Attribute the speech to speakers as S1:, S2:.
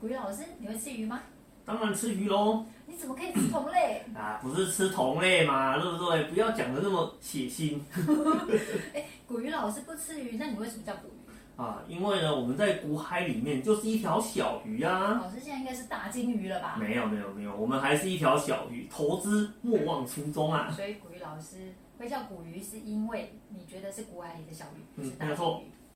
S1: 古玉老师，你会吃鱼吗？
S2: 当然吃鱼喽！
S1: 你怎么可以吃同类？
S2: 啊，不是吃同类嘛，对不对？不要讲的那么血腥
S1: 古鱼老师不吃鱼，那你为什么叫古鱼？
S2: 啊！因为呢，我们在古海里面就是一条小鱼啊。
S1: 老师现在应该是大金鱼了吧？
S2: 没有没有没有，我们还是一条小鱼，投资莫忘初衷啊。
S1: 所以古鱼老师会叫古鱼，是因为你觉得是古海里的小鱼，不
S2: 嗯
S1: 是大
S2: 没
S1: 金
S2: 错
S1: 鱼。